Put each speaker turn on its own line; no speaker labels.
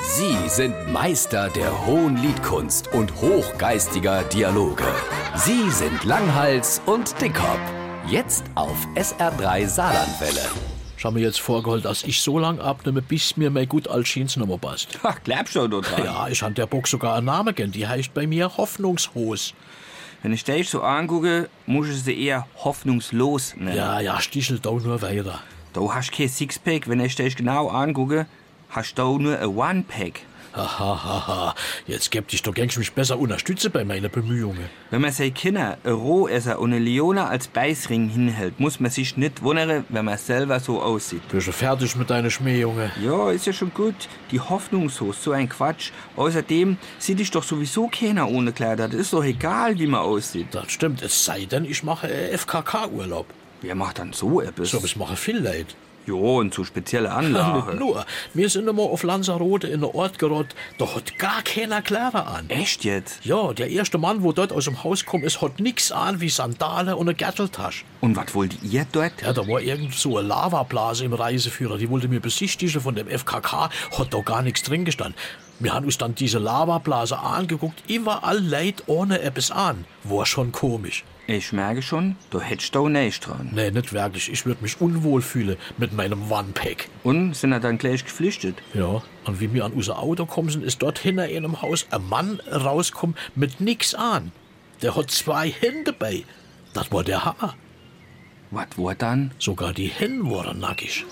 Sie sind Meister der hohen Liedkunst und hochgeistiger Dialoge. Sie sind Langhals und Dickhop. Jetzt auf SR3 Saarlandwelle.
Ich habe mir jetzt vorgeholt, dass ich so lang abnehme, bis mir mein gut Alschins Nummer passt.
Ach, glaub schon, du dran.
Ja, ich habe der Box sogar einen Namen gern. Die heißt bei mir Hoffnungshos.
Wenn ich dich so angucke, muss ich sie eher hoffnungslos nennen.
Ja, ja, stichelt doch nur weiter.
Du hast kein Sixpack, wenn ich dich genau angucke, hast du nur ein One-Pack.
Hahaha, jetzt gäb ich doch gängst mich besser unterstütze bei meinen Bemühungen.
Wenn man sein Kinder, ein Rohesser und eine Leona als Beißring hinhält, muss man sich nicht wundern, wenn man selber so aussieht.
Bist du fertig mit deiner Schmäh, Junge?
Ja, ist ja schon gut. Die Hoffnungslos, so ein Quatsch. Außerdem sieht dich doch sowieso keiner ohne Kleider. Das ist doch egal, wie man aussieht.
Das stimmt, es sei denn, ich mache äh, FKK-Urlaub.
Wer macht dann so etwas?
So, das mache viel Leid.
Jo, und zu spezielle
Nicht
Anlage.
nur. Wir sind immer auf Lanzarote in den Ort gerott, da hat gar keiner Kleider an.
Echt jetzt?
Ja, der erste Mann, wo dort aus dem Haus kommt, ist, hat nix an wie Sandale und eine Gärteltasche.
Und was wollt ihr dort?
Ja, da war irgend so eine Lavablase im Reiseführer, die wollte mir besichtigen von dem FKK, hat da gar nichts drin gestanden. Wir haben uns dann diese Lavablase angeguckt, überall Leid ohne etwas an. War schon komisch.
Ich merke schon, du hättest du nicht dran.
Nee, nicht wirklich, ich würde mich unwohl fühlen mit meinem One-Pack.
Und sind er dann gleich geflüchtet?
Ja, und wie wir an unser Auto kommen sind, ist dort hinter einem Haus ein Mann rauskommen mit nix an. Der hat zwei Hände bei. Das war der Haar.
Was war dann?
Sogar die Hände waren nackig.